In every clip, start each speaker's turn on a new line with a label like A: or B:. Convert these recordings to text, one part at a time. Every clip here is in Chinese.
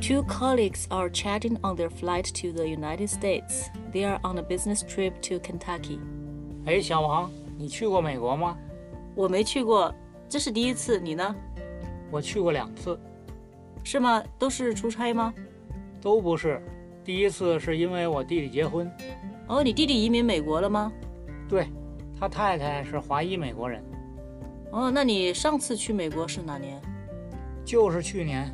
A: Two colleagues are chatting on their flight to the United States. They are on a business trip to Kentucky.
B: 哎，小王，你去过美国吗？
A: 我没去过，这是第一次。你呢？
B: 我去过两次，
A: 是吗？都是出差吗？
B: 都不是。第一次是因为我弟弟结婚，
A: 哦，你弟弟移民美国了吗？
B: 对他太太是华裔美国人，
A: 哦，那你上次去美国是哪年？
B: 就是去年，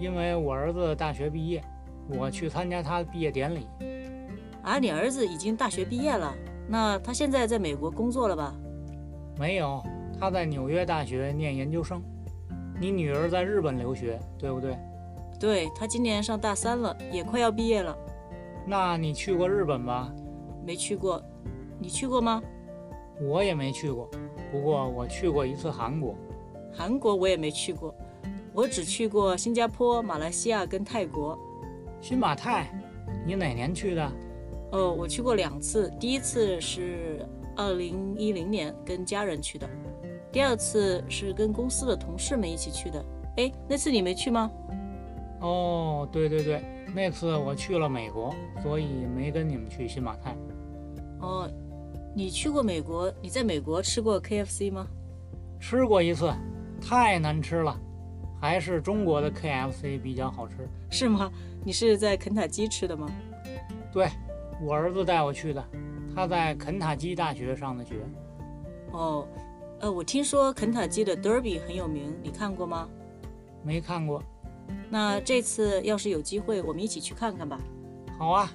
B: 因为我儿子大学毕业，我去参加他的毕业典礼。
A: 啊，你儿子已经大学毕业了，那他现在在美国工作了吧？
B: 没有，他在纽约大学念研究生。你女儿在日本留学，对不对？
A: 对他今年上大三了，也快要毕业了，
B: 那你去过日本吧？
A: 没去过。你去过吗？
B: 我也没去过，不过我去过一次韩国。
A: 韩国我也没去过，我只去过新加坡、马来西亚跟泰国。
B: 新马泰，你哪年去的？
A: 哦，我去过两次，第一次是二零一零年跟家人去的，第二次是跟公司的同事们一起去的。哎，那次你没去吗？
B: 哦，对对对，那次我去了美国，所以没跟你们去新马泰。
A: 哦，你去过美国？你在美国吃过 KFC 吗？
B: 吃过一次，太难吃了，还是中国的 KFC 比较好吃。
A: 是吗？你是在肯塔基吃的吗？
B: 对我儿子带我去的，他在肯塔基大学上的学。
A: 哦，呃，我听说肯塔基的 Derby 很有名，你看过吗？
B: 没看过，
A: 那这次要是有机会，我们一起去看看吧。
B: 好啊，